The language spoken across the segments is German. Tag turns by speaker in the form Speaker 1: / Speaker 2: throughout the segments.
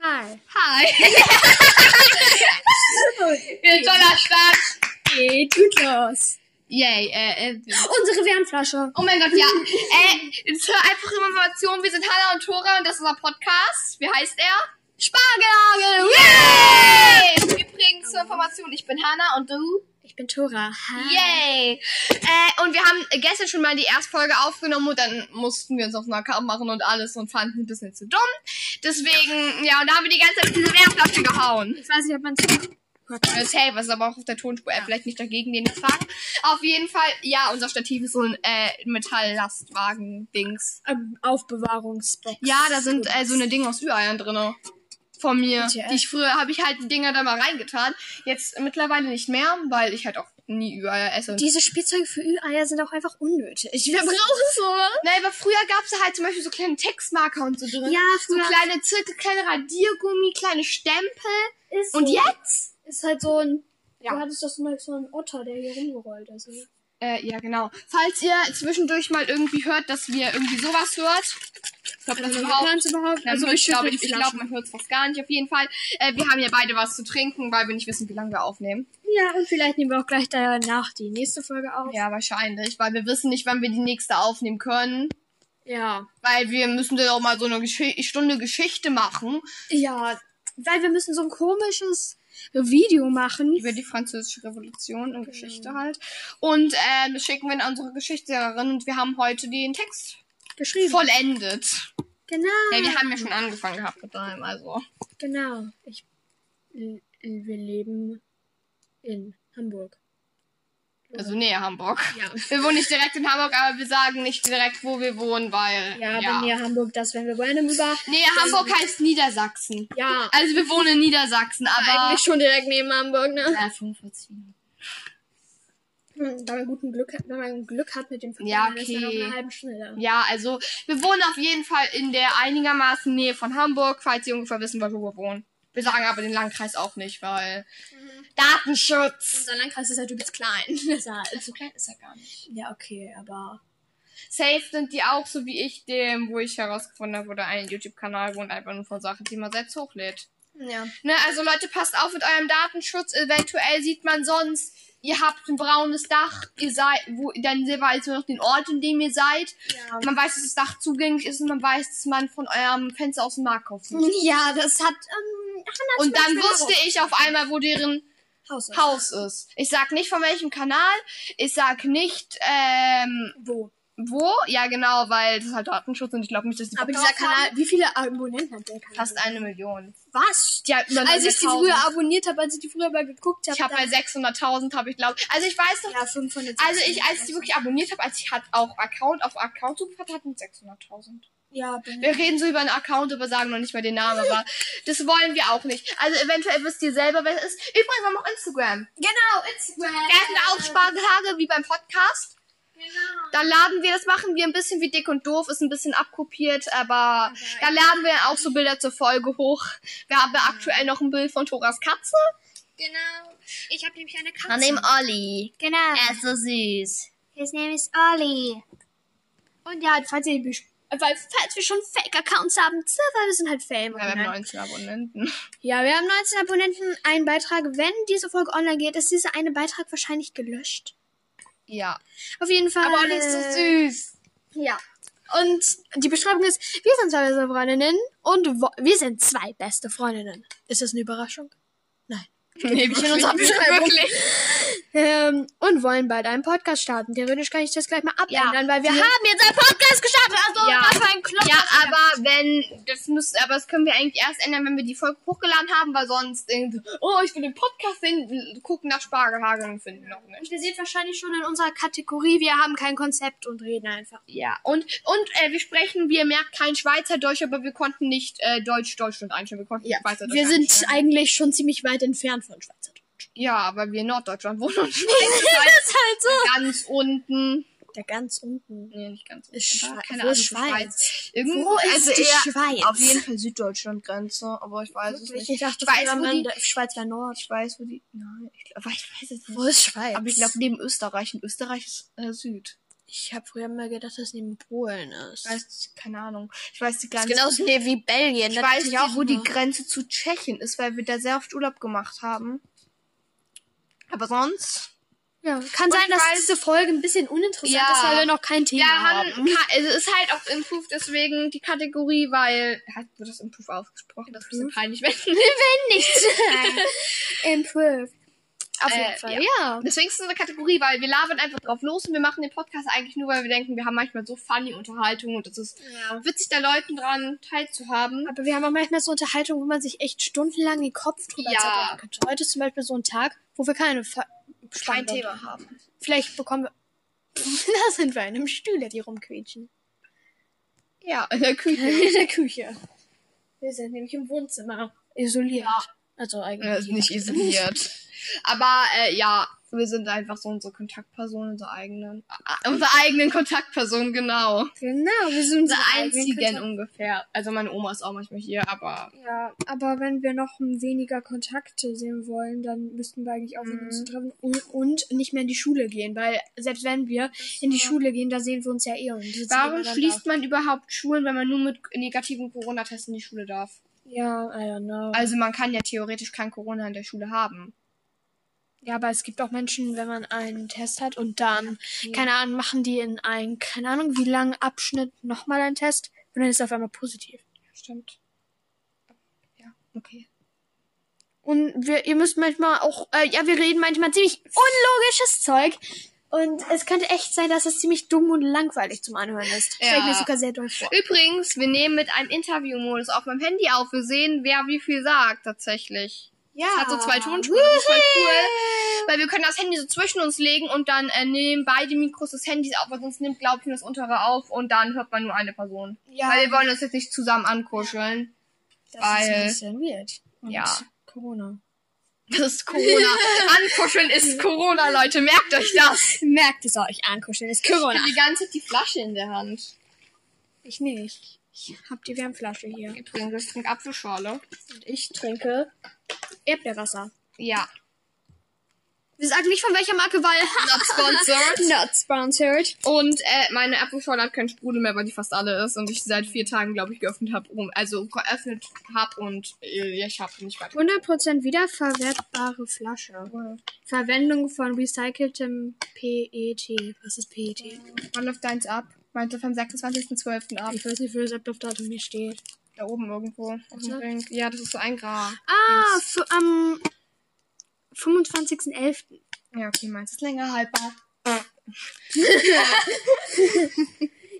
Speaker 1: Hi. Toller Start.
Speaker 2: Geht gut los.
Speaker 1: Yay. Äh, äh,
Speaker 2: Unsere Wärmflasche.
Speaker 1: oh mein Gott, ja. äh, jetzt hör einfach immer Informationen. Wir sind Hannah und Tora und das ist unser Podcast. Wie heißt er? Spargelhagel. Yay! Übrigens zur Information, ich bin Hannah und du?
Speaker 2: Ich bin Tora. Hi.
Speaker 1: Yay! Äh, und wir haben gestern schon mal die Erstfolge aufgenommen und dann mussten wir uns auf einer Kamera machen und alles und fanden das nicht so dumm. Deswegen, ja, und da haben wir die ganze Zeit auf diese Wärmflasche gehauen.
Speaker 2: Ich weiß nicht, ob man es macht. Gott.
Speaker 1: Das Safe, was ist aber auch auf der Tonspur, äh, vielleicht nicht dagegen, den Fragen. Auf jeden Fall, ja, unser Stativ ist so ein äh, Metalllastwagen-Dings.
Speaker 2: Ähm, Aufbewahrungsbox.
Speaker 1: Ja, da sind äh,
Speaker 2: also,
Speaker 1: so eine Dinge aus Ü-Eiern drinne. Von mir.
Speaker 2: Tja.
Speaker 1: Die ich früher habe ich halt die Dinger da mal reingetan. Jetzt mittlerweile nicht mehr, weil ich halt auch nie Ü-Eier esse.
Speaker 2: Diese Spielzeuge für Ü-Eier sind auch einfach unnötig. Wir brauchen
Speaker 1: brauchst du? Nein, aber früher gab's da halt zum Beispiel so kleine Textmarker und so drin.
Speaker 2: Ja,
Speaker 1: So
Speaker 2: früher
Speaker 1: kleine Zirkel, kleine Radiergummi, kleine Stempel.
Speaker 2: ist
Speaker 1: Und
Speaker 2: so,
Speaker 1: jetzt?
Speaker 2: ist halt so ein.
Speaker 1: Ja.
Speaker 2: Du hattest doch so einen- so einen Otter, der hier rumgerollt ist. Also, oder?
Speaker 1: Äh, ja, genau. Falls ihr zwischendurch mal irgendwie hört, dass wir irgendwie sowas hört. Ich glaube, das
Speaker 2: Also,
Speaker 1: überhaupt.
Speaker 2: kann's überhaupt.
Speaker 1: Also
Speaker 2: wir
Speaker 1: ich glaube,
Speaker 2: schütteln
Speaker 1: ich, ich glaub,
Speaker 2: Flaschen.
Speaker 1: man hört fast gar nicht. Auf jeden Fall, äh, wir haben ja beide was zu trinken, weil wir nicht wissen, wie lange wir aufnehmen.
Speaker 2: Ja, und vielleicht nehmen wir auch gleich danach die nächste Folge auf.
Speaker 1: Ja, wahrscheinlich, weil wir wissen nicht, wann wir die nächste aufnehmen können.
Speaker 2: Ja.
Speaker 1: Weil wir müssen dann auch mal so eine Gesch Stunde Geschichte machen
Speaker 2: Ja, weil wir müssen so ein komisches Video machen.
Speaker 1: über die französische Revolution und Geschichte halt. Und ähm, das schicken wir an unsere Geschichtslehrerin und wir haben heute den Text
Speaker 2: Geschrieben.
Speaker 1: vollendet.
Speaker 2: Genau.
Speaker 1: Ja, wir haben ja schon angefangen gehabt mit allem, also.
Speaker 2: Genau. Ich, l- l- wir leben in Hamburg.
Speaker 1: Also näher Hamburg.
Speaker 2: Ja.
Speaker 1: Wir wohnen nicht direkt in Hamburg, aber wir sagen nicht direkt, wo wir wohnen, weil.
Speaker 2: Ja, aber näher Hamburg, das wenn wir bei einem über.
Speaker 1: Nee, Hamburg heißt Niedersachsen.
Speaker 2: Ja,
Speaker 1: Also wir wohnen in Niedersachsen, aber
Speaker 2: eigentlich schon direkt neben Hamburg, ne?
Speaker 1: ja, 45 Minuten.
Speaker 2: Hm, Wenn man guten Glück hat, wenn man Glück hat mit dem Verkehr,
Speaker 1: Ja,
Speaker 2: dann ist man auf
Speaker 1: okay.
Speaker 2: einer halben Stunde da.
Speaker 1: Ja, also wir wohnen auf jeden Fall in der einigermaßen Nähe von Hamburg, falls ihr ungefähr wissen wollt, wo wir wohnen. Wir sagen aber den Landkreis auch nicht, weil Datenschutz.
Speaker 2: Unser Landkreis ist halt übelst klein. Deshalb.
Speaker 1: So klein ist er gar nicht.
Speaker 2: Ja, okay, aber.
Speaker 1: Safe sind die auch so wie ich, dem, wo ich herausgefunden habe, wo der einen YouTube-Kanal wohnt, einfach nur von Sachen, die man selbst hochlädt.
Speaker 2: Ja.
Speaker 1: Ne, also Leute, passt auf mit eurem Datenschutz. Eventuell sieht man sonst, ihr habt ein braunes Dach, ihr seid, wo, dann weiß man noch den Ort, in dem ihr seid.
Speaker 2: Ja.
Speaker 1: Man weiß, dass das Dach zugänglich ist und man weiß, dass man von eurem Fenster aus dem Markt kauft.
Speaker 2: Ja, das hat. Ähm,
Speaker 1: Und dann wusste ich auf einmal, wo deren
Speaker 2: Haus.
Speaker 1: Haus ist. Ich sag nicht von welchem Kanal, ich sag nicht, ähm,
Speaker 2: Wo?
Speaker 1: wo. Ja, genau, weil das ist halt Datenschutz und ich glaube nicht, dass die
Speaker 2: Aber
Speaker 1: Bock
Speaker 2: dieser
Speaker 1: drauf haben.
Speaker 2: Kanal, wie viele Abonnenten hat der Kanal?
Speaker 1: Fast eine Million.
Speaker 2: Was?
Speaker 1: Die hat über
Speaker 2: Als Also ich die
Speaker 1: 900.000.
Speaker 2: früher abonniert habe, als ich halt die früher mal geguckt habe.
Speaker 1: Ich habe bei 600.000, habe ich glaube. Also ich weiß noch,
Speaker 2: ja, 500.
Speaker 1: Also ich, als ich die wirklich abonniert habe, als ich hat auch Account auf Account gesucht hatte, hatten wir 600.000.
Speaker 2: Ja, bin
Speaker 1: Wir reden so über einen Account, aber sagen noch nicht mal den Namen, aber das wollen wir auch nicht. Also eventuell wisst ihr selber, wer es ist. Übrigens, wir haben auch Instagram.
Speaker 2: Genau, Instagram.
Speaker 1: Da hatten wir auch Spargelhaare, wie beim Podcast.
Speaker 2: Genau.
Speaker 1: Da laden wir, das machen wir ein bisschen wie dick und doof, ist ein bisschen abkopiert, aber da laden wir auch so Bilder zur Folge hoch. Wir haben aktuell noch ein Bild von Thoras Katze.
Speaker 2: Genau. Ich habe nämlich eine Katze.
Speaker 1: Olli.
Speaker 2: Genau.
Speaker 1: ist so süß.
Speaker 2: His name is Olli. Und ja, falls ihr weil, falls wir schon Fake-Accounts haben, so, weil wir sind halt Fame.
Speaker 1: Ja, wir haben 19 Abonnenten.
Speaker 2: ja, wir haben 19 Abonnenten, einen Beitrag. Wenn diese Folge online geht, ist dieser eine Beitrag wahrscheinlich gelöscht.
Speaker 1: Ja.
Speaker 2: Auf jeden Fall.
Speaker 1: Aber Olli ist so süß.
Speaker 2: Ja. Und die Beschreibung ist, wir sind zwei beste Freundinnen und wo- wir sind zwei beste Freundinnen. Ist das eine Überraschung?
Speaker 1: Nee,
Speaker 2: in unserer Beschreibung.
Speaker 1: Wirklich.
Speaker 2: Ähm, und wollen bald einen Podcast starten. Theoretisch kann ich das gleich mal abändern, weil wir
Speaker 1: Wir-
Speaker 2: haben jetzt einen Podcast gestartet. Also,
Speaker 1: Ja.
Speaker 2: was für ein Klopf.
Speaker 1: Ja, aber wenn, das müssen, aber das können wir eigentlich erst ändern, wenn wir die Folge hochgeladen haben, weil sonst irgendwie, oh, ich will den Podcast finden, gucken nach Spargelhageln und finden noch nicht.
Speaker 2: Und wir sind wahrscheinlich schon in unserer Kategorie, wir haben kein Konzept und reden einfach.
Speaker 1: Ja, und, und, äh, wir sprechen, wie ihr merkt, kein Schweizerdeutsch, aber wir konnten nicht, äh, Deutsch, Deutschland einstellen, wir konnten nicht Schweizerdeutsch
Speaker 2: wir sind
Speaker 1: einstellen.
Speaker 2: eigentlich schon ziemlich weit entfernt von Also, Schweizerdeutsch.
Speaker 1: Ja, weil wir in Norddeutschland wohnen und
Speaker 2: das
Speaker 1: Schweiz
Speaker 2: ist halt so.
Speaker 1: ist ganz unten.
Speaker 2: Da ganz unten.
Speaker 1: Nee, nicht ganz unten.
Speaker 2: Ist
Speaker 1: aber
Speaker 2: Schwe-
Speaker 1: keine
Speaker 2: wo
Speaker 1: Ahnung,
Speaker 2: ist
Speaker 1: Irgendwo,
Speaker 2: Wo ist
Speaker 1: also
Speaker 2: die
Speaker 1: eher
Speaker 2: Schweiz?
Speaker 1: Auf jeden Fall Süddeutschland-Grenze, aber ich weiß es nicht.
Speaker 2: Also Ich dachte,
Speaker 1: Ich weiß,
Speaker 2: früher
Speaker 1: wo
Speaker 2: man-
Speaker 1: die-
Speaker 2: Schweiz wäre Nord.
Speaker 1: Ich weiß, wo die. Nein, ich, glaub- aber ich weiß es nicht.
Speaker 2: ist Schweiz?
Speaker 1: Aber ich glaube, neben Österreich. Und Österreich ist äh, Süd.
Speaker 2: Ich habe früher immer gedacht, dass neben Polen ist.
Speaker 1: Ich weiß, keine Ahnung. Ich weiß die
Speaker 2: das
Speaker 1: Grenze.
Speaker 2: ist genauso näher wie Belgien.
Speaker 1: ich
Speaker 2: da
Speaker 1: weiß
Speaker 2: dachte
Speaker 1: nicht, wo die
Speaker 2: immer.
Speaker 1: Grenze zu Tschechien ist, weil wir da sehr oft Urlaub gemacht haben. Aber sonst.
Speaker 2: Ja, kann
Speaker 1: Und
Speaker 2: sein,
Speaker 1: ich
Speaker 2: dass
Speaker 1: weiß-
Speaker 2: diese Folge ein bisschen uninteressant
Speaker 1: Ja.
Speaker 2: ist, weil wir noch kein Thema
Speaker 1: Wir
Speaker 2: haben.
Speaker 1: haben, ka- es ist halt auch Improve, deswegen die Kategorie, weil, hat, wird das Improve ausgesprochen, das ist ein bisschen peinlich, wenn,
Speaker 2: Wenn nicht. Improved. Auf
Speaker 1: Äh,
Speaker 2: jeden Fall.
Speaker 1: ja.
Speaker 2: Ja.
Speaker 1: Deswegen ist es eine Kategorie, weil wir labern einfach drauf los und wir machen den Podcast eigentlich nur, weil wir denken, wir haben manchmal so funny Unterhaltung und es ist witzig, da Leuten dran teilzuhaben.
Speaker 2: Aber wir haben auch manchmal so Unterhaltung, wo man sich echt stundenlang den Kopf drüber
Speaker 1: Ja.
Speaker 2: zerbrechen könnte. Heute ist zum Beispiel so ein Tag, wo wir keine Fa
Speaker 1: Kein
Speaker 2: spannende
Speaker 1: Thema haben.
Speaker 2: Vielleicht bekommen wir. da sind wir in einem Stühle, die rumquietschen.
Speaker 1: Ja, in der Küche.
Speaker 2: In der Küche. Wir sind nämlich im Wohnzimmer. Isoliert.
Speaker 1: Ja.
Speaker 2: Also
Speaker 1: Ja,
Speaker 2: eigentlich.
Speaker 1: Ne, ist nicht isoliert. Aber äh, ja, wir sind einfach so unsere Kontaktpersonen, unsere eigenen. Ah, unsere eigenen Kontaktpersonen, genau.
Speaker 2: Genau, wir sind
Speaker 1: Unsere
Speaker 2: eigenen
Speaker 1: einzigen
Speaker 2: Kontakt-
Speaker 1: ungefähr. Also meine Oma ist auch manchmal hier, aber
Speaker 2: Ja, aber wenn wir noch weniger Kontakte sehen wollen, dann müssten wir eigentlich aufhören,
Speaker 1: Mhm.
Speaker 2: uns zu treffen und, und nicht mehr in die Schule gehen, weil selbst wenn wir in die Schule gehen, da sehen wir uns ja eh und sitzen
Speaker 1: warum
Speaker 2: immer dann
Speaker 1: schließt man überhaupt Schulen, wenn man nur mit negativen Corona-Tests in die Schule darf?
Speaker 2: da. Ja, I don't know.
Speaker 1: Also man kann ja theoretisch kein Corona in der Schule haben.
Speaker 2: Ja, aber es gibt auch Menschen, wenn man einen Test hat und dann, keine Ahnung, machen die in einen, keine Ahnung, wie langen Abschnitt nochmal einen Test und dann ist er auf einmal positiv.
Speaker 1: Stimmt. Ja, okay.
Speaker 2: Und wir, ihr müsst manchmal auch, äh, ja, wir reden manchmal ziemlich unlogisches Zeug. Und es könnte echt sein, dass es ziemlich dumm und langweilig zum Anhören ist.
Speaker 1: Ja.
Speaker 2: Stell ich mir sogar sehr doll vor.
Speaker 1: Übrigens, wir nehmen mit einem Interviewmodus auf meinem Handy auf. Wir sehen, wer wie viel sagt tatsächlich.
Speaker 2: Ja.
Speaker 1: Es hat so zwei Tonspuren, das ist voll cool. Weil wir können das Handy so zwischen uns legen und dann äh, nehmen beide Mikros des Handys auf, weil sonst nimmt, glaube ich, nur das untere auf und dann hört man nur eine Person.
Speaker 2: Ja.
Speaker 1: Weil wir wollen uns jetzt nicht zusammen ankuscheln.
Speaker 2: Das
Speaker 1: weil-
Speaker 2: ist ein bisschen weird. Und
Speaker 1: Ja.
Speaker 2: Corona.
Speaker 1: Das ist Corona. Ankuscheln ist Corona, Leute. Merkt euch das.
Speaker 2: Merkt es euch, ankuscheln ist
Speaker 1: Ich
Speaker 2: Corona.
Speaker 1: habe die ganze Zeit die Flasche in der Hand.
Speaker 2: Ich nicht. Ich hab die Wärmflasche hier.
Speaker 1: Übrigens, ich trinke Apfelschorle.
Speaker 2: Und ich trinke Erdbeerwasser.
Speaker 1: Ja.
Speaker 2: Wir sagen nicht von welcher Marke, weil
Speaker 1: Not sponsored.
Speaker 2: not sponsored.
Speaker 1: Und äh, meine Apfelschorle hat keinen Sprudel mehr, weil die fast alle ist und ich seit vier Tagen, glaube ich, geöffnet habe. Um, also geöffnet habe und äh, ich habe nicht weiter.
Speaker 2: 100% wiederverwertbare Flasche. Verwendung von recyceltem PET. Was ist E PET?
Speaker 1: Wann läuft deins ab? Meint auf am 26.12. ab.
Speaker 2: Ich weiß nicht, wo das Ablaufdatum hier steht.
Speaker 1: Da oben irgendwo. Auf dem
Speaker 2: Warte.
Speaker 1: Ring. Ja, das ist so ein Grau.
Speaker 2: Ah, f- am 25.11.
Speaker 1: Ja, okay, meins ist länger haltbar.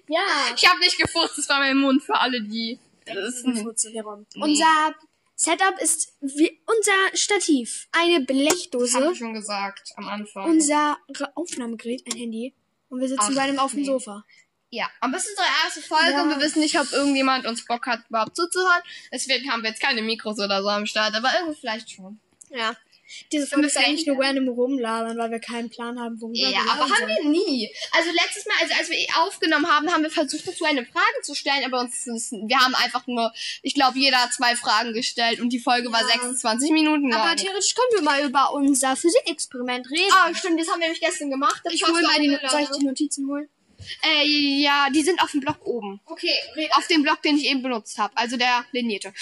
Speaker 2: Ja.
Speaker 1: Ich habe nicht gefurzt, das war mein Mund für alle, die. Das ist ein Nee.
Speaker 2: Unser Setup ist wie unser Stativ. Eine
Speaker 1: Das habe
Speaker 2: Blechdose.
Speaker 1: ich schon gesagt am Anfang.
Speaker 2: Unser Aufnahmegerät, ein Handy. Und wir sitzen
Speaker 1: Ach,
Speaker 2: beide auf dem
Speaker 1: nee.
Speaker 2: Sofa.
Speaker 1: Ja, aber es ist unsere erste Folge
Speaker 2: Ja.
Speaker 1: und wir wissen nicht, ob irgendjemand uns Bock hat, überhaupt zuzuhören. Deswegen haben wir jetzt keine Mikros oder so am Start, aber irgendwie vielleicht schon.
Speaker 2: Ja. Diese
Speaker 1: Folge
Speaker 2: Folge
Speaker 1: ist
Speaker 2: ist
Speaker 1: eigentlich
Speaker 2: eigentlich nur random rumlabern, weil wir keinen Plan haben, worüber
Speaker 1: Ja,
Speaker 2: wir
Speaker 1: aber
Speaker 2: labern
Speaker 1: haben
Speaker 2: sollen.
Speaker 1: wir nie. Also letztes Mal, also als wir eh aufgenommen haben, haben wir versucht, dazu eine Frage zu stellen, aber uns, wir haben einfach nur, ich glaube, jeder hat zwei Fragen gestellt und die Folge war
Speaker 2: Ja.
Speaker 1: 26 Minuten lang.
Speaker 2: Aber theoretisch können wir mal über unser Physikexperiment reden.
Speaker 1: Ah, stimmt, das haben wir nämlich gestern gemacht. Das
Speaker 2: ich
Speaker 1: war
Speaker 2: hol mal die,
Speaker 1: Bilder.
Speaker 2: soll ich die Notizen holen?
Speaker 1: Äh, ja, die sind auf dem Block oben.
Speaker 2: Okay,
Speaker 1: Auf dem Block, den ich eben benutzt habe. Also der linierte.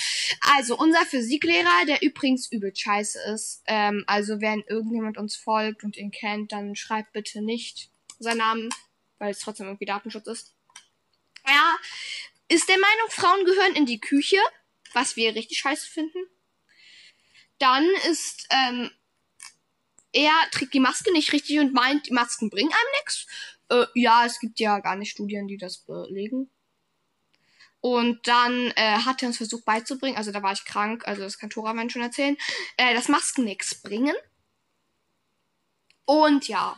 Speaker 1: Also unser Physiklehrer, der übrigens übel scheiße ist. Ähm, also wenn irgendjemand uns folgt und ihn kennt, dann schreibt bitte nicht seinen Namen, weil es trotzdem irgendwie Datenschutz ist. Er ist der Meinung, Frauen gehören in die Küche, was wir richtig scheiße finden. Dann ist ähm, er trägt die Maske nicht richtig und meint, die Masken bringen einem nichts. Äh, ja, es gibt ja gar nicht Studien, die das belegen. Und dann äh, hat er uns versucht beizubringen, also da war ich krank, also das kann Tora meinen schon erzählen, äh, dass Masken nichts bringen. Und ja.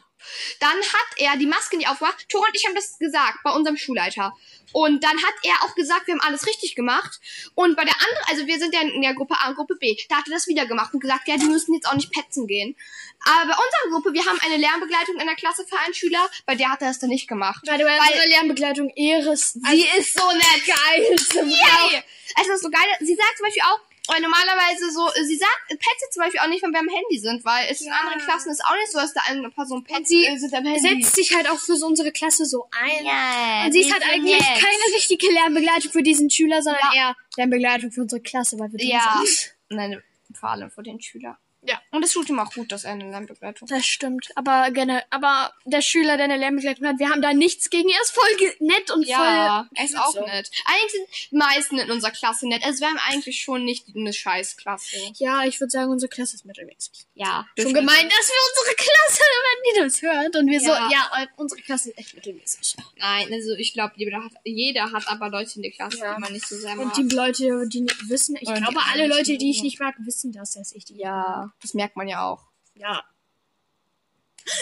Speaker 1: Dann hat er die Masken, die aufgemacht. Tora und ich haben das gesagt bei unserem Schulleiter. Und dann hat er auch gesagt, wir haben alles richtig gemacht. Und bei der anderen, also wir sind ja in der Gruppe A und Gruppe B, da hat er das wieder gemacht und gesagt, ja, die müssen jetzt auch nicht petzen gehen. Aber bei unserer Gruppe, wir haben eine Lernbegleitung in der Klasse für einen Schüler, bei der hat er das dann nicht gemacht.
Speaker 2: by the way,
Speaker 1: Weil-
Speaker 2: unsere Lernbegleitung Eris.
Speaker 1: Sie ist so nett.
Speaker 2: geil.
Speaker 1: Yay! Also das ist so geil. Sie sagt zum Beispiel auch, Weil normalerweise so, äh, sie sagt, Petsy zum Beispiel auch nicht, wenn wir am Handy sind, weil es in
Speaker 2: Ja.
Speaker 1: anderen Klassen ist auch nicht so, dass da eine Person
Speaker 2: sie
Speaker 1: Petsy äh, sind am Handy.
Speaker 2: Setzt sich halt auch für so unsere Klasse so ein.
Speaker 1: ja,
Speaker 2: Und sie ist halt eigentlich keine richtige Lernbegleitung für diesen Schüler, sondern
Speaker 1: Ja.
Speaker 2: eher Lernbegleitung für unsere Klasse, weil wir drin
Speaker 1: Ja.
Speaker 2: sind.
Speaker 1: Nein, vor allem für den Schüler.
Speaker 2: Ja.
Speaker 1: Und es tut ihm auch gut, dass er eine Lernbegleitung
Speaker 2: Das stimmt. Aber gerne, aber der Schüler, der eine Lernbegleitung hat, wir haben da nichts gegen. Er ist voll ge- nett und
Speaker 1: Ja, er ist
Speaker 2: Ist
Speaker 1: auch
Speaker 2: so.
Speaker 1: nett. Eigentlich sind die meisten in unserer Klasse nett. Also wir haben eigentlich schon nicht eine Scheißklasse.
Speaker 2: voll. Ja, ich würde sagen, unsere Klasse ist mittelmäßig.
Speaker 1: Ja.
Speaker 2: Schon gemein, dass wir unsere Klasse, wenn die das hört und wir so,
Speaker 1: Ja.
Speaker 2: ja, eu- unsere Klasse ist echt mittelmäßig.
Speaker 1: Nein, also ich glaube, jeder hat, jeder hat aber Leute in der Klasse,
Speaker 2: Ja.
Speaker 1: die man nicht so sehr mag.
Speaker 2: Und die Leute, die nicht wissen, ich
Speaker 1: Und die
Speaker 2: glaube, alle
Speaker 1: anderen
Speaker 2: Leute, die ich nicht
Speaker 1: nicht.
Speaker 2: mag, wissen das, dass ich die.
Speaker 1: ja, das merkt man ja auch.
Speaker 2: Ja.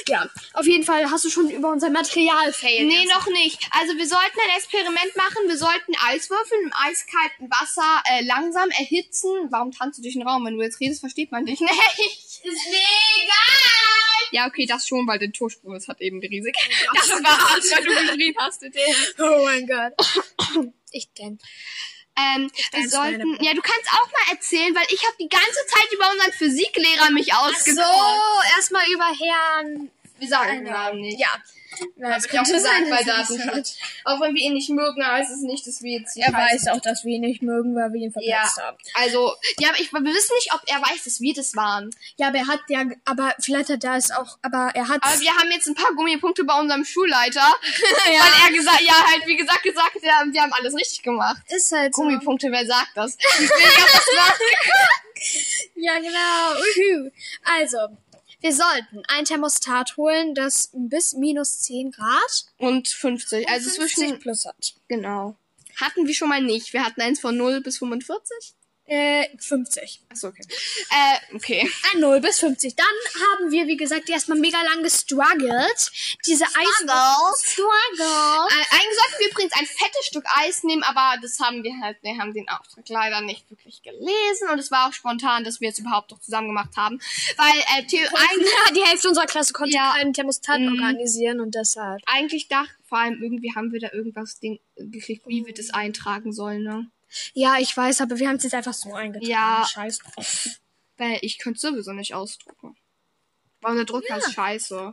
Speaker 2: Ja, auf jeden Fall hast du schon über unser Material fail.
Speaker 1: Nee, noch nicht. Also wir sollten ein Experiment machen. Wir sollten Eiswürfel im eiskalten Wasser äh, langsam erhitzen. Warum tanzt du durch den Raum? Wenn du jetzt redest, versteht man dich nicht.
Speaker 2: Ist mega!
Speaker 1: ja, okay, das schon, weil den Tonspur ist hat eben die Riesig. Oh, Das war's, weil du geschrien hast.
Speaker 2: Oh mein Gott. Ich denke.
Speaker 1: Ähm, wir
Speaker 2: Deins,
Speaker 1: sollten,
Speaker 2: meine-
Speaker 1: ja, du kannst auch mal erzählen, weil ich habe die ganze Zeit über unseren Physiklehrer mich
Speaker 2: So,
Speaker 1: ausgekotzt.
Speaker 2: erstmal über Herrn.
Speaker 1: Wir sagen den Namen nicht.
Speaker 2: Ja. Na,
Speaker 1: das wird auch gesagt bei Datenschutz. Auch wenn wir ihn nicht mögen, heißt es nicht, dass wir jetzt hier
Speaker 2: Er
Speaker 1: scheiße-
Speaker 2: weiß auch, dass wir ihn nicht mögen, weil wir ihn verletzt haben.
Speaker 1: Also, ja, aber ich, wir wissen nicht, ob er weiß, dass wir das waren.
Speaker 2: Ja, aber er hat ja, aber vielleicht hat er es auch, aber er hat.
Speaker 1: Aber wir haben jetzt ein paar Gummipunkte bei unserem Schulleiter, weil er gesagt, ja, halt, wie gesagt, gesagt, wir haben, wir haben alles richtig gemacht.
Speaker 2: ist halt so.
Speaker 1: Gummipunkte, wer sagt das? Ich will gar nicht sagen.
Speaker 2: Ja, genau. Uhu. Also, wir sollten ein Thermostat holen, das bis minus 10 Grad
Speaker 1: Und 50, also
Speaker 2: 50
Speaker 1: zwischen,
Speaker 2: plus hat.
Speaker 1: genau. Hatten wir schon mal nicht. Wir hatten eins von 0 bis 45.
Speaker 2: Äh, 50.
Speaker 1: Achso, okay. Äh, okay.
Speaker 2: Ah, 0 bis 50. Dann haben wir, wie gesagt, erstmal mega lang gestruggelt. Diese Eis...
Speaker 1: Äh,
Speaker 2: Struggle.
Speaker 1: eigentlich sollten wir übrigens ein fettes Stück Eis nehmen, aber das haben wir halt, wir haben den Auftrag leider nicht wirklich gelesen und es war auch spontan, dass wir es überhaupt noch zusammen gemacht haben, weil äh, Theo, eigentlich,
Speaker 2: Die Hälfte unserer Klasse konnte
Speaker 1: Ja.
Speaker 2: keinen Thermostat
Speaker 1: Mhm.
Speaker 2: organisieren und deshalb.
Speaker 1: eigentlich dachte, vor allem irgendwie haben wir da irgendwas Ding gekriegt, wie wir das eintragen sollen, ne?
Speaker 2: Ja, ich weiß, aber wir haben es jetzt einfach so eingetragen.
Speaker 1: Ja.
Speaker 2: Scheiß drauf.
Speaker 1: Weil ich könnte sowieso nicht ausdrucken. Weil unser Drucker ist scheiße.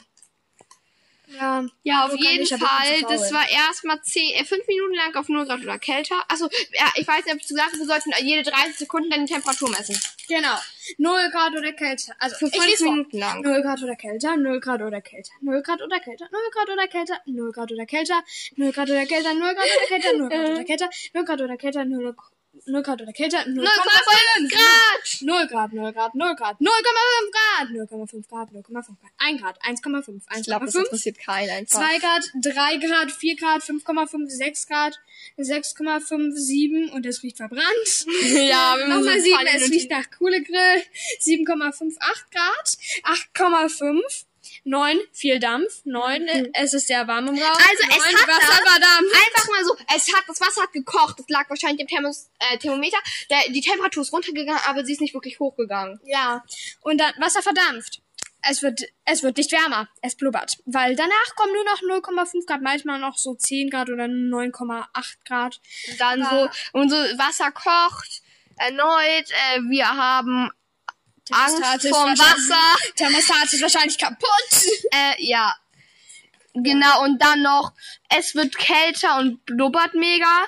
Speaker 2: Ja.
Speaker 1: Ja, auf
Speaker 2: So kann
Speaker 1: jeden
Speaker 2: ich, aber ich
Speaker 1: Fall.
Speaker 2: bin zu
Speaker 1: Das
Speaker 2: faul.
Speaker 1: war erstmal zehn, äh, fünf Minuten lang auf 0 Grad oder kälter. Achso, ja, ich weiß nicht, ob ich gesagt habe, wir sollten jede 30 Sekunden dann die Temperatur messen.
Speaker 2: Genau. 0 Grad oder kälter. Also,
Speaker 1: Für
Speaker 2: ich
Speaker 1: fünf
Speaker 2: lese vor.
Speaker 1: Minuten lang.
Speaker 2: 0 Grad oder kälter, 0 Grad oder kälter, 0 Grad oder kälter, 0 Grad oder kälter, 0 Grad oder kälter, 0 Grad oder kälter, 0 Grad oder kälter, 0 Grad oder kälter, 0 Grad oder kälter, 0 Grad oder kälter, 0,5
Speaker 1: 0,5 Grad!
Speaker 2: 0 Grad, 0 Grad, 0 Grad, 0,5 Grad, 0,5 Grad, 0,5 Grad, 1 Grad, 1,5,
Speaker 1: Ich glaube, das
Speaker 2: 1,5,
Speaker 1: interessiert keinen einfach.
Speaker 2: 2 Grad, 3 Grad, 4 Grad, 5,5, 6 Grad, 6,5, 7 und es riecht verbrannt.
Speaker 1: ja, wenn man
Speaker 2: Nochmal
Speaker 1: so
Speaker 2: 7,
Speaker 1: Pfannen
Speaker 2: es
Speaker 1: und-
Speaker 2: riecht nach Kohlegrill. 7,58 Grad, 8,5, 9, viel Dampf, 9, es ist sehr warm im Raum.
Speaker 1: Also, es
Speaker 2: neun,
Speaker 1: hat
Speaker 2: Wasser
Speaker 1: das-
Speaker 2: war Dampf.
Speaker 1: Einfach mal so, es hat, das Wasser hat gekocht, das lag wahrscheinlich im Thermos, äh, Thermometer. Der, die Temperatur ist runtergegangen, aber sie ist nicht wirklich hochgegangen.
Speaker 2: Ja, und dann Wasser verdampft. Es wird, es wird nicht wärmer, es blubbert. Weil danach kommen nur noch 0,5 Grad, manchmal noch so 10 Grad oder 9,8 Grad.
Speaker 1: Und dann
Speaker 2: Aber-
Speaker 1: so, und so Wasser kocht, erneut, äh, wir haben
Speaker 2: Thermostat
Speaker 1: Angst
Speaker 2: ist
Speaker 1: vorm
Speaker 2: wahrscheinlich-
Speaker 1: Wasser.
Speaker 2: Thermostat ist wahrscheinlich kaputt.
Speaker 1: Äh, ja. Genau, und dann noch, es wird kälter und blubbert mega.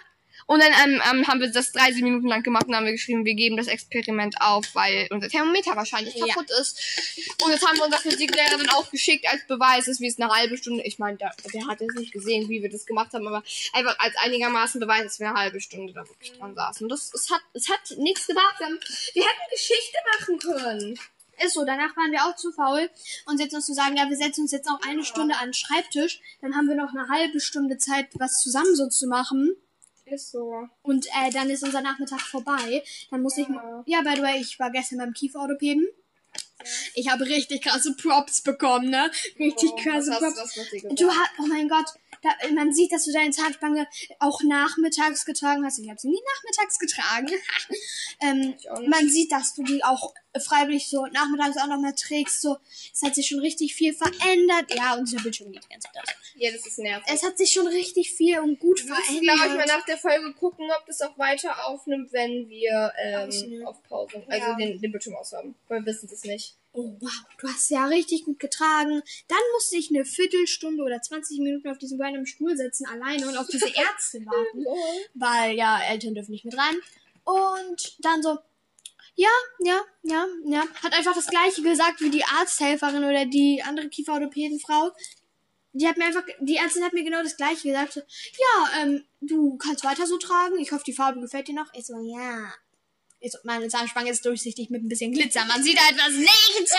Speaker 1: Und dann ähm, ähm, haben wir das 30 Minuten lang gemacht und haben wir geschrieben, wir geben das Experiment auf, weil unser Thermometer wahrscheinlich
Speaker 2: Ja.
Speaker 1: kaputt ist. Und das haben wir unserer Physiklehrerin auch geschickt als Beweis, dass wir es eine halbe Stunde, ich meine, der, der hat jetzt nicht gesehen, wie wir das gemacht haben, aber einfach als einigermaßen Beweis, dass wir eine halbe Stunde da wirklich dran saßen. Und das, es hat, es hat nichts gebracht. Wir, haben, wir hätten Geschichte machen können.
Speaker 2: Ist so, danach waren wir auch zu faul und jetzt uns zu sagen, ja, wir setzen uns jetzt noch eine Stunde an den Schreibtisch, dann haben wir noch eine halbe Stunde Zeit, was zusammen so zu machen
Speaker 1: Ist so.
Speaker 2: und äh, dann ist unser Nachmittag vorbei. Dann muss ich mal, ja, by the way, ich war gestern beim Kieferorthopäden.
Speaker 1: Oh,
Speaker 2: Ich habe richtig krasse Props bekommen, ne? Richtig krasse Props. Du hast, oh mein Gott, da, man sieht, dass du deine Zahnspange auch nachmittags getragen hast. Ich habe sie nie nachmittags getragen. ähm,
Speaker 1: Ich auch nicht.
Speaker 2: man sieht, dass du die auch freiwillig so nachmittags auch nochmal trägst. So, es hat sich schon richtig viel verändert. Ja, und dieser Bildschirm geht die ganze Zeit aus.
Speaker 1: Ja, das ist nervig.
Speaker 2: Es hat sich schon richtig viel und gut
Speaker 1: Wir müssen, glaube ich, mal
Speaker 2: verändert.
Speaker 1: nach der Folge gucken, ob das auch weiter aufnimmt, wenn wir ähm,
Speaker 2: Ausnehmen.
Speaker 1: auf Pause, also
Speaker 2: Ja.
Speaker 1: den, den Bildschirm aus haben. Weil wir wissen es nicht.
Speaker 2: Oh wow, du hast ja richtig gut getragen. Dann musste ich eine Viertelstunde oder 20 Minuten auf diesem random Stuhl sitzen, alleine und auf diese Ärzte warten. Weil ja, Eltern dürfen nicht mit rein. Und dann so, ja, ja, ja, ja. Hat einfach das gleiche gesagt wie die Arzthelferin oder die andere Kieferorthopädenfrau. Die hat mir einfach, die Ärztin hat mir genau das gleiche gesagt. So, ja, ähm, du kannst weiter so tragen. Ich hoffe, die Farbe gefällt dir noch. Ich so, ja. Ich so, meine Zahnspange ist durchsichtig mit ein bisschen Glitzer. Man sieht halt da etwas nicht.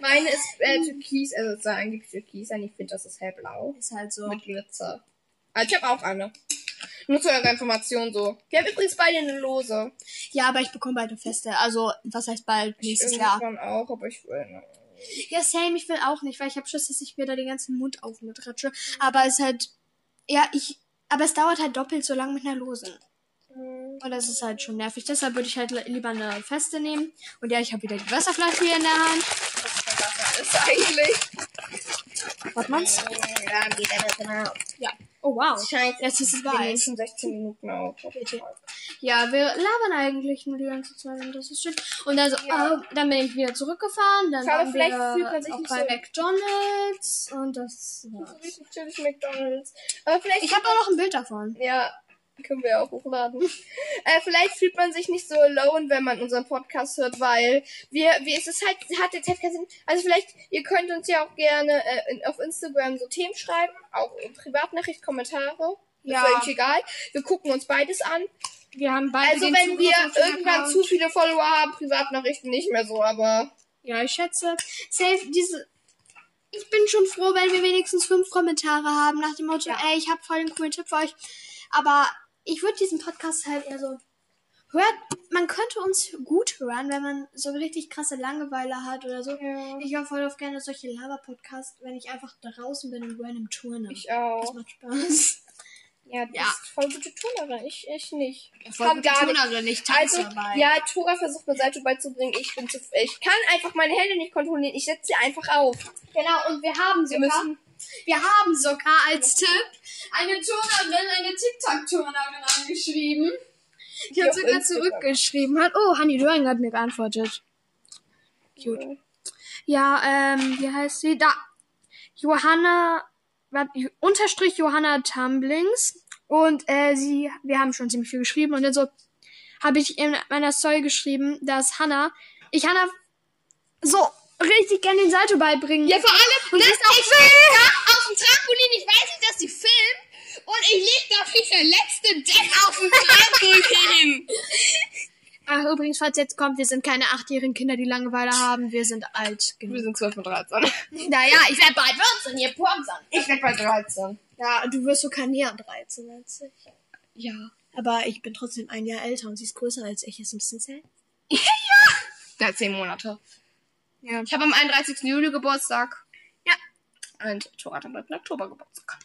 Speaker 1: Meine ist äh, türkis, also es soll angeblich türkis sein. Ich finde, das ist hellblau.
Speaker 2: Ist halt so.
Speaker 1: Mit Glitzer. Also ich habe auch eine. Nur zu eurer Information so. Wir haben übrigens beide eine Lose.
Speaker 2: Ja, aber ich bekomme bald eine feste. Also, was heißt bald? Nächstes Jahr.
Speaker 1: Irgendwann auch, aber ich will eine.
Speaker 2: Ja, same, ich will auch nicht, weil ich habe Schiss, dass ich mir da den ganzen Mund
Speaker 1: Mhm.
Speaker 2: aufmitratsche. Aber es halt. Ja, ich. Aber es dauert halt doppelt so lang mit einer Losen.
Speaker 1: Mhm.
Speaker 2: Und das ist halt schon nervig. Deshalb würde ich halt li- lieber eine feste nehmen. Und ja, ich habe wieder die Wasserflasche hier in der Hand.
Speaker 1: Was für Wasser ist eigentlich?
Speaker 2: Warte mal's.
Speaker 1: Ja, geht aber genau.
Speaker 2: Ja. Oh wow.
Speaker 1: Scheiße.
Speaker 2: Jetzt ist es
Speaker 1: Wir nehmen
Speaker 2: weiß.
Speaker 1: schon 16 Minuten auf.
Speaker 2: Bitte. Ja, wir labern eigentlich nur die ganze Zeit und das ist schön. Und also,
Speaker 1: Ja.
Speaker 2: äh, dann bin ich wieder zurückgefahren. Dann
Speaker 1: Ich glaube,
Speaker 2: waren
Speaker 1: vielleicht
Speaker 2: wir
Speaker 1: fühlt man sich
Speaker 2: auch
Speaker 1: nicht
Speaker 2: bei
Speaker 1: so-
Speaker 2: McDonalds und das
Speaker 1: Das
Speaker 2: war's.
Speaker 1: ist richtig chillig McDonalds. Aber vielleicht.
Speaker 2: Ich habe auch noch ein Bild davon.
Speaker 1: Ja, können wir auch hochladen. äh, vielleicht fühlt man sich nicht so alone, wenn man unseren Podcast hört, weil wir, wir es ist halt, hat jetzt halt keinen Sinn. Also vielleicht, ihr könnt uns ja auch gerne äh, in, auf Instagram so Themen schreiben, auch in Privatnachricht, Kommentare. Ja.
Speaker 2: Ja.
Speaker 1: Ist eigentlich egal. Wir gucken uns beides an.
Speaker 2: Wir haben beide
Speaker 1: Also
Speaker 2: den
Speaker 1: wenn
Speaker 2: Zugriff auf
Speaker 1: wir
Speaker 2: den
Speaker 1: irgendwann
Speaker 2: Account.
Speaker 1: zu viele Follower haben, Privatnachrichten nicht mehr so, aber
Speaker 2: Ja, ich schätze. Safe, diese. Ich bin schon froh, wenn wir wenigstens fünf Kommentare haben, nach dem Motto, ey, ich habe voll einen coolen Tipp für euch. Aber ich würde diesen Podcast halt eher so. Hört, man könnte uns gut hören, wenn man so richtig krasse Langeweile hat oder so. Ich höre voll oft gerne solche Lava-Podcasts, wenn ich einfach draußen bin und random turne.
Speaker 1: ich
Speaker 2: Das
Speaker 1: auch.
Speaker 2: macht Spaß.
Speaker 1: Ja, du
Speaker 2: Ja.
Speaker 1: bist voll gute Turnerin, ich, ich nicht. Kann gar nicht.
Speaker 2: nicht
Speaker 1: Also, ja, Tora versucht mir Salto beizubringen. Ich bin zu, ich kann einfach meine Hände nicht kontrollieren. Ich setze sie einfach auf.
Speaker 2: Genau, und wir haben
Speaker 1: Wir
Speaker 2: sogar,
Speaker 1: müssen,
Speaker 2: wir haben sogar als Tipp eine Turnerin, eine TikTok-Turnerin angeschrieben. Die
Speaker 1: Ja,
Speaker 2: uns sogar
Speaker 1: Instagram.
Speaker 2: zurückgeschrieben hat. Oh, Hanni Döring hat mir geantwortet. Cute. Ja, ähm, wie heißt sie? Da. Johanna, wat- Ju- unterstrich Johanna Tumblings. Und, äh, sie, wir haben schon ziemlich viel geschrieben und dann so habe ich in meiner Story geschrieben, dass Hanna, ich Hanna so richtig gerne den Salto beibringen
Speaker 3: Ja, vor allem,
Speaker 2: Und
Speaker 3: dass
Speaker 2: sie
Speaker 3: ich
Speaker 2: ist auch
Speaker 3: da auf dem Trampolin, ich weiß nicht, dass die filmen, und ich lieg da wie der letzte Depp auf dem Trampolin.
Speaker 2: Ach, übrigens, falls jetzt kommt, wir sind keine achtjährigen Kinder, die Langeweile haben. Wir sind alt genug.
Speaker 1: sind 12 und 13.
Speaker 2: Naja, ich werd bald 14, ihr Pumpsan.
Speaker 1: Ich bin bei 13.
Speaker 2: Ja, du wirst sogar näher 13 als ich.
Speaker 1: Ja.
Speaker 2: Aber ich bin trotzdem ein Jahr älter und sie ist größer als ich. Ist ein bisschen zäh.
Speaker 1: Ja, 10 Monate.
Speaker 2: Ja.
Speaker 1: Ich habe am 31. Juli Geburtstag. Ja. Und Tora hat am 3. Oktober Geburtstag.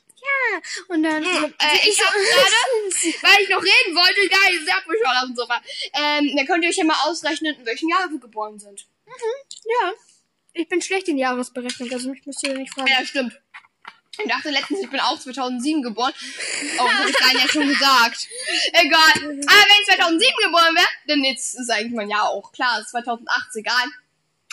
Speaker 2: Und dann...
Speaker 1: Äh, ich hab gerade, weil ich noch reden wollte, gar nicht, ich hab mich schon auf dem Sofa. Ähm, dann könnt ihr euch ja mal ausrechnen, in welchem Jahr wir geboren sind.
Speaker 2: ja. Ich bin schlecht in Jahresberechnung, also mich müsst ihr nicht fragen.
Speaker 1: Ja, stimmt. Ich dachte letztens, ich bin auch 2007 geboren. Oh, das hab ich dann ja schon gesagt. Egal. Aber wenn ich 2007 geboren wäre, dann jetzt ist eigentlich mein Jahr auch klar, ist 2008, egal.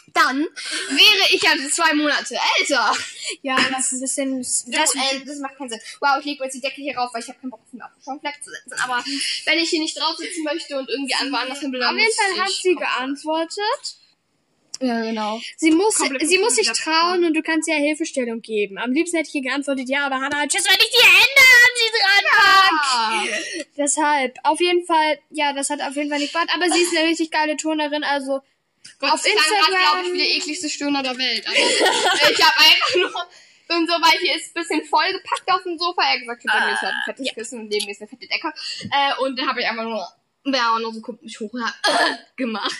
Speaker 1: Dann wäre ich ja zwei Monate älter.
Speaker 2: Ja, das ist ein bisschen...
Speaker 1: Das, äh, das macht keinen Sinn. Wow, ich lege jetzt die Decke hier rauf, weil ich habe keinen Bock, auf den schon Fleck zu setzen. Aber wenn ich hier nicht drauf sitzen möchte und irgendwie an woanders hin will, dann
Speaker 2: Auf jeden
Speaker 1: muss
Speaker 2: Fall hat
Speaker 1: ich-
Speaker 2: sie geantwortet.
Speaker 1: Ja, genau.
Speaker 2: Sie muss,
Speaker 1: Komplett
Speaker 2: sie muss sich
Speaker 1: komplett
Speaker 2: trauen und du kannst ihr Hilfestellung geben. Am liebsten hätte ich ihr geantwortet, ja, aber Hannah hat Schiss, weil ich die Hände an sie dran pack.
Speaker 1: Ah.
Speaker 2: Deshalb, auf jeden Fall, ja, das hat auf jeden Fall nicht gebracht. Aber sie ist eine richtig geile Turnerin, also
Speaker 1: Gott
Speaker 2: Auf
Speaker 1: sei Dank war ich,
Speaker 2: Instagram-
Speaker 1: glaube ich, wie der ekligste Stöhner der Welt. Also, ich habe einfach nur... Und so, weil hier ist ein bisschen vollgepackt auf dem Sofa. Er hat gesagt, hinter mir ist halt ein fettes Kissen und neben mir ist eine fette Decke. Äh, und dann habe ich einfach nur... Ja, und nur so guckt mich hoch und hat gemacht.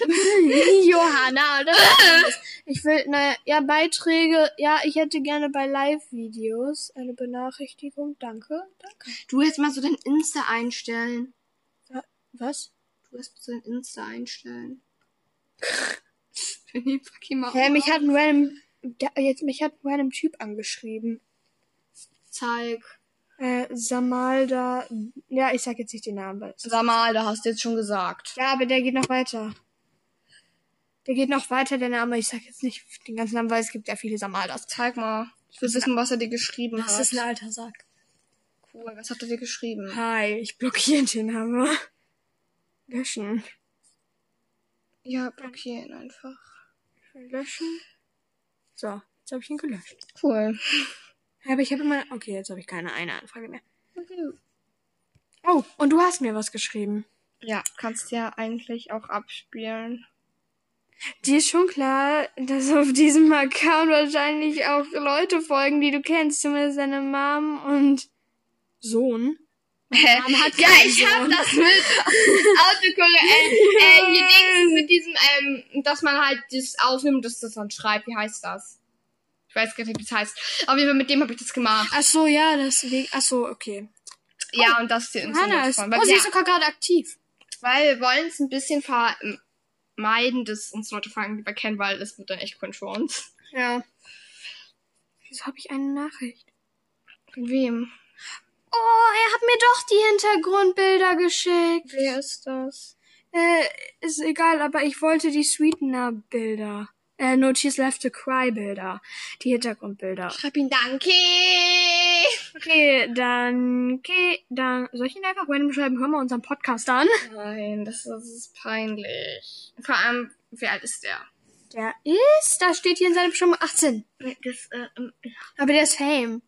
Speaker 2: Johanna, oder? Ich will, naja, ja, Beiträge, ja, ich hätte gerne bei Live-Videos eine Benachrichtigung. Danke, danke.
Speaker 1: Du jetzt mal so dein Insta einstellen.
Speaker 2: Was?
Speaker 1: Du hast so dein Insta einstellen. Wenn die fucking mal
Speaker 2: Hä, mich hat ein random, da, jetzt, mich hat ein random Typ angeschrieben.
Speaker 1: zeig.
Speaker 2: Äh, Samalda, ja, ich sag jetzt nicht den Namen, weil es
Speaker 1: Sag mal, da hast du jetzt schon gesagt.
Speaker 2: Ja, aber der geht noch weiter. Der geht noch weiter, der Name. Ich sag jetzt nicht den ganzen Namen, weil es gibt ja viele Samaldas.
Speaker 1: Zeig mal. Ich will wissen, was er dir geschrieben hat.
Speaker 2: ein alter Sack.
Speaker 1: cool. Was hat er dir geschrieben?
Speaker 2: Hi, ich blockiere den Namen. Löschen.
Speaker 1: Ja, blockieren einfach.
Speaker 2: Löschen. So, jetzt habe ich ihn gelöscht.
Speaker 1: Cool.
Speaker 2: Aber ich habe immer... Okay, jetzt habe ich keine eine Anfrage mehr.
Speaker 1: Okay.
Speaker 2: Oh, und du hast mir was geschrieben.
Speaker 1: Ja, kannst ja eigentlich auch abspielen.
Speaker 2: Dir ist schon klar, dass auf diesem Account wahrscheinlich auch Leute folgen, die du kennst. Zumindest deine Mom und Sohn. Mom hat
Speaker 1: ja,
Speaker 2: keinen
Speaker 1: ich hab
Speaker 2: Sohn.
Speaker 1: das mit Autokorre, äh, äh, die Dings mit diesem, ähm, dass man halt das aufnimmt, dass das dann schreibt. Wie heißt das? Ich weiß gar nicht, wie es heißt. Auf jeden Fall mit dem habe ich das gemacht.
Speaker 2: Ach so, ja, deswegen. Ach so, okay.
Speaker 1: ja, und das ist die Info
Speaker 2: Hannah ist.
Speaker 1: davon. Weil,
Speaker 2: Oh, sie
Speaker 1: wir-
Speaker 2: ist sogar gerade aktiv.
Speaker 1: weil wir wollen es ein bisschen vermeiden, dass uns Leute fragen, die wir kennen, weil das wird dann echt cringe für uns.
Speaker 2: Ja. Wieso habe ich eine Nachricht?
Speaker 1: Von wem?
Speaker 2: Oh, er hat mir doch die Hintergrundbilder geschickt.
Speaker 1: Wer ist das?
Speaker 2: Äh, ist egal, aber ich wollte die Sweetener-Bilder. Äh, No Tears Left to Cry-Bilder. Die Hintergrundbilder.
Speaker 1: Schreib ihn Danke!
Speaker 2: Okay, dann, okay, dann, soll ich ihn einfach random schreiben? Hör mal unseren Podcast an.
Speaker 1: Nein, das ist, das ist peinlich. Vor allem, wie alt ist der?
Speaker 2: Der ist, da steht hier in seiner Bestimmung 18.
Speaker 1: Das, äh,
Speaker 2: Aber der ist Fame.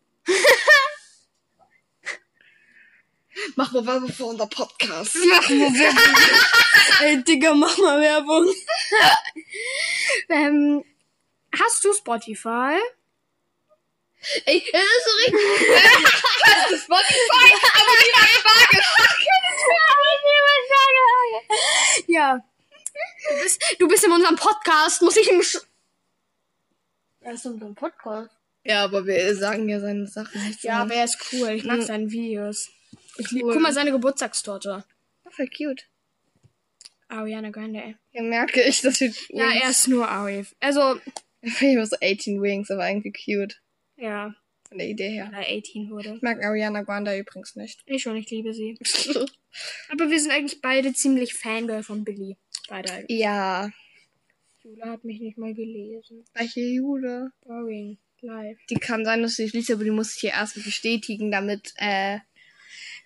Speaker 1: mach mal Werbung für unser Podcast.
Speaker 2: Ey, Digga, mach mal Werbung. ähm, hast du Spotify?
Speaker 1: Ey, das ist so richtig. Hast du Spotify? Aber niemand mag
Speaker 2: Ja. Du bist, du bist in unserem Podcast, muss ich im Sch Er ist in unserem Podcast.
Speaker 1: Ja, aber wir sagen ja seine Sachen nicht.
Speaker 2: Ja, Hm. aber
Speaker 1: Ja,
Speaker 2: er ist cool. Ich mag seine Videos. Ich lieb,
Speaker 1: Cool.
Speaker 2: Guck mal, seine Geburtstagstorte.
Speaker 1: voll cute.
Speaker 2: Ariana Grande, ey.
Speaker 1: Ja, merke ich, dass wir.
Speaker 2: Ja, er ist nur Ari. Also,
Speaker 1: Ich war so 18 Wings, aber irgendwie cute.
Speaker 2: ja.
Speaker 1: Von der Idee her.
Speaker 2: Weil er 18 wurde.
Speaker 1: Ich mag Ariana Grande übrigens nicht.
Speaker 2: Ich schon, ich liebe sie. Aber wir sind eigentlich beide ziemlich Fangirl von Billy. Beide eigentlich.
Speaker 1: ja.
Speaker 2: Jula hat mich nicht mal gelesen.
Speaker 1: Welche Jude?
Speaker 2: Boring. Live.
Speaker 1: Die kann sein, dass du dich liest, aber die muss ich hier erstmal bestätigen, damit, äh,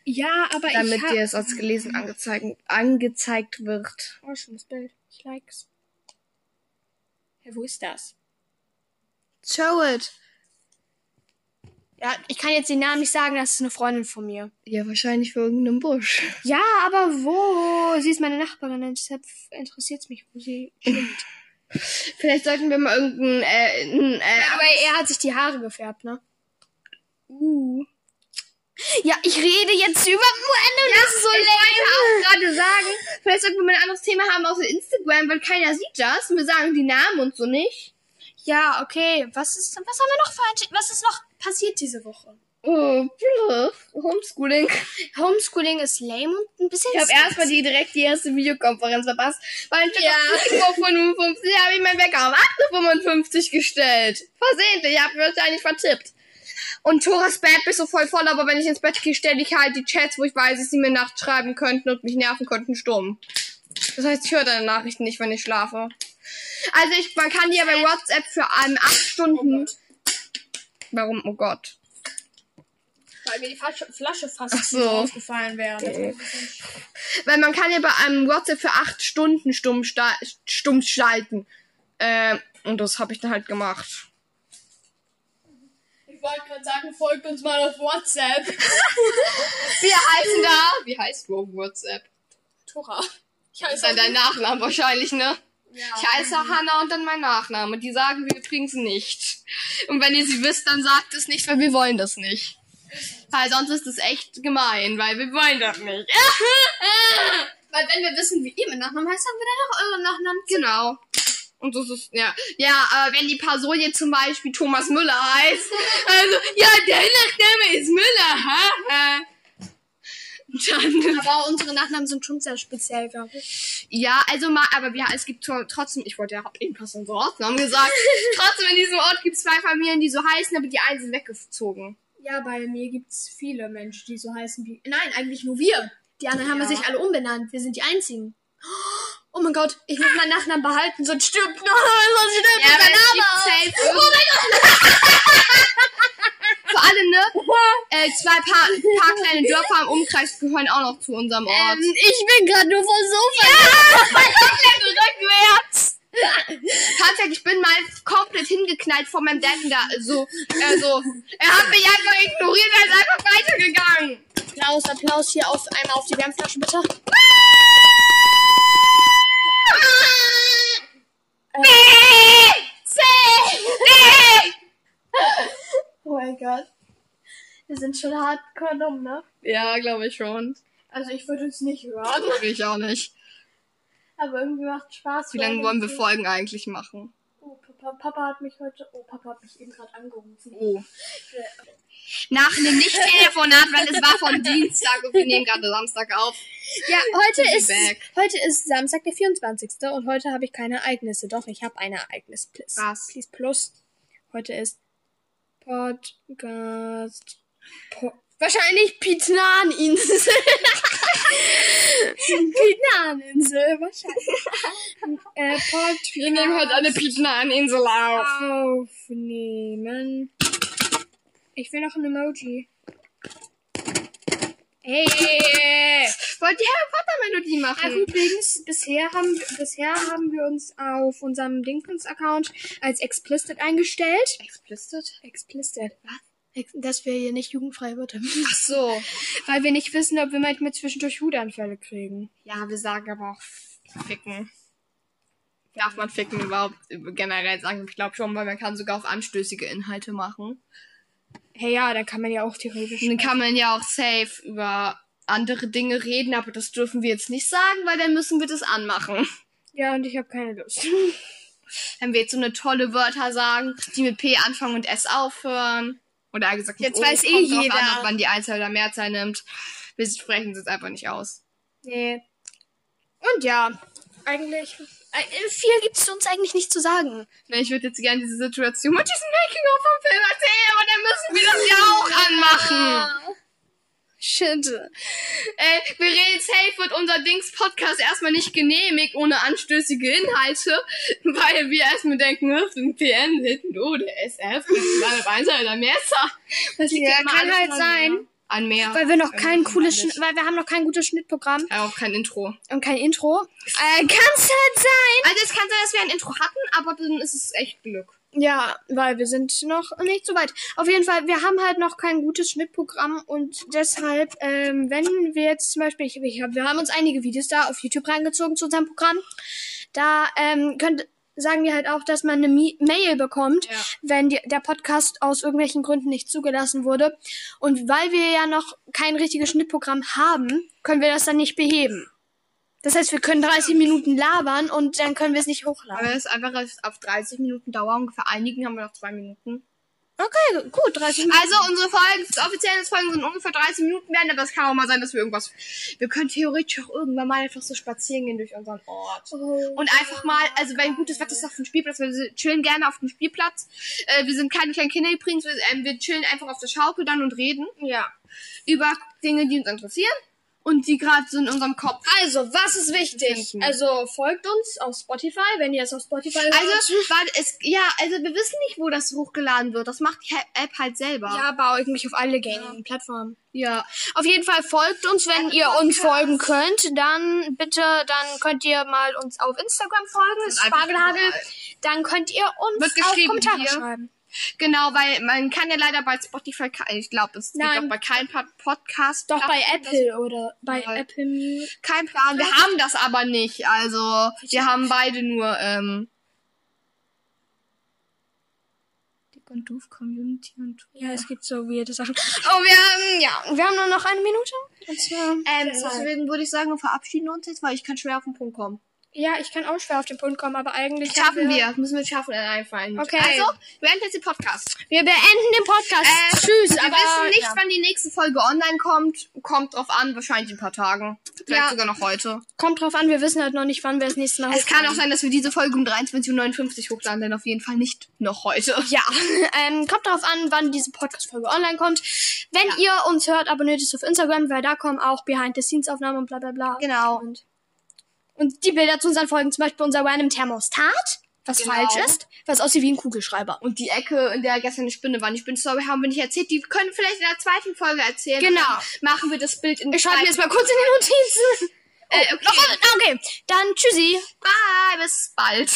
Speaker 2: Ja, aber
Speaker 1: damit
Speaker 2: ich hab...
Speaker 1: dir es als gelesen angezeigt, angezeigt wird.
Speaker 2: Oh, schönes Bild. Ich like's. Hä, wo ist das?
Speaker 1: Show it.
Speaker 2: Ja, ich kann jetzt den Namen nicht sagen, das ist eine Freundin von mir.
Speaker 1: Ja, wahrscheinlich für irgendeinen Busch.
Speaker 2: Ja, aber wo? Sie ist meine Nachbarin, deshalb interessiert's mich, wo sie...
Speaker 1: Vielleicht sollten wir mal irgendeinen, äh, einen, äh,
Speaker 2: Aber er hat sich die Haare gefärbt, ne? Uh. Ja, ich rede jetzt über Muendo, das ist so
Speaker 1: Ich wollte auch gerade sagen, vielleicht sollten wir mal ein anderes Thema haben außer Instagram, weil keiner sieht das und wir sagen die Namen und so nicht.
Speaker 2: Ja, okay. Was ist, was haben wir noch für, was ist noch passiert diese Woche?
Speaker 1: Oh, bluff. Homeschooling.
Speaker 2: Homeschooling ist lame und ein bisschen.
Speaker 1: Ich habe erstmal die direkt die erste Videokonferenz verpasst, weil ich ja. auf 55 habe ich meinen Wecker auf 8.55 gestellt. Versehentlich, ich habe wahrscheinlich vertippt. Und Thoras Bett ist so voll voll, aber wenn ich ins Bett gehe, stelle ich halt die Chats, wo ich weiß, dass sie mir nachts schreiben könnten und mich nerven könnten, stumm. Das heißt, ich höre deine Nachrichten nicht, wenn ich schlafe. Also ich, man kann die ja bei WhatsApp für ähm, acht
Speaker 2: Oh
Speaker 1: Stunden. Warum? Oh Gott.
Speaker 2: weil mir die Flasche, Flasche fast
Speaker 1: so.
Speaker 2: aufgefallen wäre.
Speaker 1: Weil man kann ja bei einem WhatsApp für acht Stunden stumm, sta- stumm schalten. Ähm, und das habe ich dann halt gemacht.
Speaker 2: Ich wollte gerade sagen, folgt uns mal auf WhatsApp.
Speaker 1: Wir heißen da. Wie heißt du auf WhatsApp?
Speaker 2: Tora. Ich
Speaker 1: Das ist dann dein Nachname wahrscheinlich, ne? Ich heiße Hanna und dann mein Nachname. Die sagen wir übrigens nicht. Und wenn ihr sie wisst, dann sagt es nicht, weil wir wollen das nicht. Weil sonst ist es echt gemein, weil wir wollen das nicht.
Speaker 2: Weil wenn wir wissen, wie ihr mit Nachnamen heißt, sagen wir dann auch euren Nachnamen.
Speaker 1: Genau. Und das ist, ja. Ja, aber wenn die Person jetzt zum Beispiel Thomas Müller heißt, also, ja, der Nachname ist Müller, ha, ha. Dann,
Speaker 2: Aber unsere Nachnamen sind schon sehr speziell, glaube ich.
Speaker 1: ja, also mal, aber wir, es gibt tro- trotzdem, ich wollte ja, hab eben fast unsere Ortsnamen gesagt, trotzdem in diesem Ort gibt es zwei Familien, die so heißen, aber die einen sind weggezogen.
Speaker 2: Ja, bei mir gibt's viele Menschen, die so heißen wie. Nein, eigentlich nur wir. Die anderen haben
Speaker 1: Ja.
Speaker 2: sich alle umbenannt. Wir sind die einzigen. Oh mein Gott, ich muss meinen Nachnamen behalten, sonst stirbt noch, sonst stirbt
Speaker 1: Ja,
Speaker 2: ja,
Speaker 1: aber
Speaker 2: mein
Speaker 1: es
Speaker 2: Name.
Speaker 1: gibt safe Oh mein Gott! Vor allem, ne? Äh, zwei paar, paar kleine Dörfer im Umkreis gehören auch noch zu unserem Ort.
Speaker 2: Ähm, ich bin gerade nur vom Sofa.
Speaker 1: rückwärts. Tatsächlich, ich bin mal komplett hingeknallt von meinem Dad da. So, äh, so. Er hat mich einfach ignoriert, er ist einfach weitergegangen.
Speaker 2: Applaus, Applaus hier auf einmal auf die Wärmflasche, bitte.
Speaker 1: Äh.
Speaker 2: Oh mein Gott. Wir sind schon hardcore dumm, ne?
Speaker 1: Ja, glaube ich schon.
Speaker 2: Also ich würde uns nicht hören,
Speaker 1: Will ich auch nicht.
Speaker 2: aber irgendwie macht Spaß.
Speaker 1: Wie lange wollen wir Folgen eigentlich machen?
Speaker 2: Oh, Papa, Papa hat mich heute. Oh, Papa hat mich eben gerade angerufen.
Speaker 1: Oh. Nach einem Nicht-Telefonat, weil es war von Dienstag und wir nehmen gerade Samstag auf.
Speaker 2: Ja, heute
Speaker 1: Be
Speaker 2: ist,
Speaker 1: back.
Speaker 2: heute ist Samstag, der 24. Und heute habe ich keine Ereignisse. Doch, ich habe ein Ereignis. Plus.
Speaker 1: Was?
Speaker 2: Please, plus. Heute ist Podcast. Po Wahrscheinlich Pitnaninsel. Pitnaninsel, wahrscheinlich. äh, Podcast.
Speaker 1: Wir nehmen heute eine Pizza an Insel auf.
Speaker 2: Aufnehmen. Ich will noch ein Emoji. Hey!
Speaker 1: Wollt ihr Harry Potter Melodie
Speaker 2: Ach,
Speaker 1: machen?
Speaker 2: übrigens, bisher haben, wir- bisher haben wir uns auf unserem Dingsens-Account als explicit eingestellt.
Speaker 1: Explicit?
Speaker 2: Explicit. Was? Ex dass wir hier nicht jugendfrei werden.
Speaker 1: Ach so.
Speaker 2: Weil wir nicht wissen, ob wir manchmal zwischendurch Hutanfälle kriegen.
Speaker 1: Ja, wir sagen aber auch ficken. Darf man ficken überhaupt generell sagen? Ich glaube schon, weil man kann sogar auch anstößige Inhalte machen.
Speaker 2: Hey, ja, dann kann man ja auch theoretisch.
Speaker 1: Und dann kann man ja auch safe über andere Dinge reden, aber das dürfen wir jetzt nicht sagen, weil dann müssen wir das anmachen.
Speaker 2: Ja, und ich habe keine Lust.
Speaker 1: Wenn wir jetzt so eine tolle Wörter sagen, die mit P anfangen und S aufhören. Oder eher gesagt, mit
Speaker 2: Jetzt
Speaker 1: O,
Speaker 2: weiß eh
Speaker 1: kommt drauf
Speaker 2: jeder.
Speaker 1: An, ob man die Einzahl oder Mehrzahl nimmt. Wir sprechen es jetzt einfach nicht aus.
Speaker 2: Nee. Und ja, eigentlich. äh, Viel gibt's uns eigentlich nicht zu sagen.
Speaker 1: Na, Ich würde jetzt gerne diese Situation mit diesem Making-of vom Film erzählen, aber dann müssen wir das ja auch anmachen.
Speaker 2: Shit.
Speaker 1: Äh, wir reden safe, wird unser Dings-Podcast erstmal nicht genehmigt ohne anstößige Inhalte, weil wir erstmal denken, "Hm, das sind PN, hinten oder SF, das ist eine Einzahl oder Mehrzahl. Das liegt
Speaker 2: Ja,
Speaker 1: immer
Speaker 2: kann
Speaker 1: alles
Speaker 2: halt
Speaker 1: an
Speaker 2: sein.
Speaker 1: Mehr. An mehr.
Speaker 2: Weil wir noch
Speaker 1: Ähm,
Speaker 2: kein cooles,
Speaker 1: alles.
Speaker 2: Schnitt- weil wir haben noch kein gutes Schnittprogramm.
Speaker 1: Ja, auch kein Intro.
Speaker 2: und kein Intro. Äh, kann's halt sein.
Speaker 1: Also es kann sein, dass wir ein Intro hatten, aber dann ist es echt Glück.
Speaker 2: Ja, weil wir sind noch nicht so weit. Auf jeden Fall, wir haben halt noch kein gutes Schnittprogramm und deshalb, ähm, wenn wir jetzt zum Beispiel, ich, ich hab, wir haben uns einige Videos da auf YouTube reingezogen zu unserem Programm. Da ähm, könnt, sagen wir halt auch, dass man eine Mi Mail bekommt,
Speaker 1: Ja.
Speaker 2: wenn die, der Podcast aus irgendwelchen Gründen nicht zugelassen wurde. Und weil wir ja noch kein richtiges Schnittprogramm haben, können wir das dann nicht beheben. Das heißt, wir können 30 Minuten labern und dann können wir es nicht hochladen.
Speaker 1: Aber es ist einfach dass auf 30 Minuten Dauer ungefähr einigen, haben wir noch zwei Minuten.
Speaker 2: Okay, gut, 30 Minuten.
Speaker 1: Also unsere Folgen, offiziellen Folgen sind ungefähr 30 Minuten werden, aber es kann auch mal sein, dass wir irgendwas. Wir können theoretisch auch irgendwann mal einfach so spazieren gehen durch unseren Ort. Und einfach mal, also wenn gutes Wetter ist auf dem Spielplatz, wir chillen gerne auf dem Spielplatz. Äh, wir sind keine kleinen Kinder übrigens, wir, ähm, wir chillen einfach auf der Schaukel dann und reden
Speaker 2: ja.
Speaker 1: über Dinge, die uns interessieren und die gerade so in unserem Kopf.
Speaker 2: Also, was ist wichtig?
Speaker 1: Finden.
Speaker 2: Also, folgt uns auf Spotify, wenn ihr es auf Spotify
Speaker 1: Also, war es, ja, also wir wissen nicht, wo das hochgeladen wird. Das macht die App halt selber.
Speaker 2: ja, baue ich mich auf alle gängigen Plattformen.
Speaker 1: Ja.
Speaker 2: Auf jeden Fall folgt uns, wenn ihr uns folgen könnt. Dann bitte, dann könnt ihr mal uns auf Instagram folgen,
Speaker 1: einfach
Speaker 2: Spargelhagel.
Speaker 1: überall.
Speaker 2: Dann könnt ihr uns
Speaker 1: Wird
Speaker 2: auch
Speaker 1: geschrieben
Speaker 2: Kommentare
Speaker 1: hier.
Speaker 2: schreiben.
Speaker 1: Genau, weil man kann ja leider bei Spotify, ke- ich glaube, es geht
Speaker 2: Nein.
Speaker 1: doch bei keinem Pa- Podcast.
Speaker 2: Doch bei
Speaker 1: Plattform,
Speaker 2: Apple oder bei
Speaker 1: Ja.
Speaker 2: Apple Music.
Speaker 1: das- Kein Plan. Wir haben das aber nicht. Also, wir haben beide nur, ähm. Dick und Doof Community und.
Speaker 2: Ja, es gibt so weirde Sachen.
Speaker 1: Oh, wir haben, ja.
Speaker 2: Wir haben nur noch eine Minute. Und zwar
Speaker 1: Ähm,
Speaker 2: Zeit.
Speaker 1: deswegen würde ich sagen, wir verabschieden uns jetzt, weil ich kann schwer auf den Punkt kommen.
Speaker 2: Ja, ich kann auch schwer auf den Punkt kommen, aber eigentlich haben
Speaker 1: Schaffen wir. Müssen wir schaffen in einem Fall.
Speaker 2: Okay.
Speaker 1: Also, wir enden jetzt den Podcast.
Speaker 2: Wir beenden den Podcast.
Speaker 1: Äh,
Speaker 2: Tschüss.
Speaker 1: Wir
Speaker 2: aber,
Speaker 1: wissen nicht,
Speaker 2: ja.
Speaker 1: wann die nächste Folge online kommt. Kommt drauf an, wahrscheinlich in ein paar Tagen. Vielleicht
Speaker 2: Ja.
Speaker 1: sogar noch heute.
Speaker 2: Kommt drauf an, wir wissen halt noch nicht, wann wir das nächste Mal
Speaker 1: Es kann auch sein, dass wir diese Folge um 23.59 Uhr hochladen, denn auf jeden Fall nicht noch heute.
Speaker 2: Ja, ähm, kommt darauf an, wann diese Podcast-Folge online kommt. Wenn ihr uns hört, abonniert uns auf Instagram, weil da kommen auch Behind-the-Scenes-Aufnahmen und bla bla bla.
Speaker 1: Genau.
Speaker 2: Und, und die Bilder zu unseren Folgen, zum Beispiel unser random Thermostat, was
Speaker 1: Genau.
Speaker 2: falsch ist, was aussieht wie ein Kugelschreiber.
Speaker 1: Und die Ecke, in der gestern eine Spinne war, die Spinnenstory haben wir nicht erzählt. Die können vielleicht in der zweiten Folge erzählen.
Speaker 2: Genau.
Speaker 1: Dann machen wir das Bild in der
Speaker 2: Wir schreiben
Speaker 1: zweiten-
Speaker 2: jetzt mal kurz in die Notizen.
Speaker 1: Äh, okay.
Speaker 2: Okay, dann tschüssi.
Speaker 1: Bye, bis bald.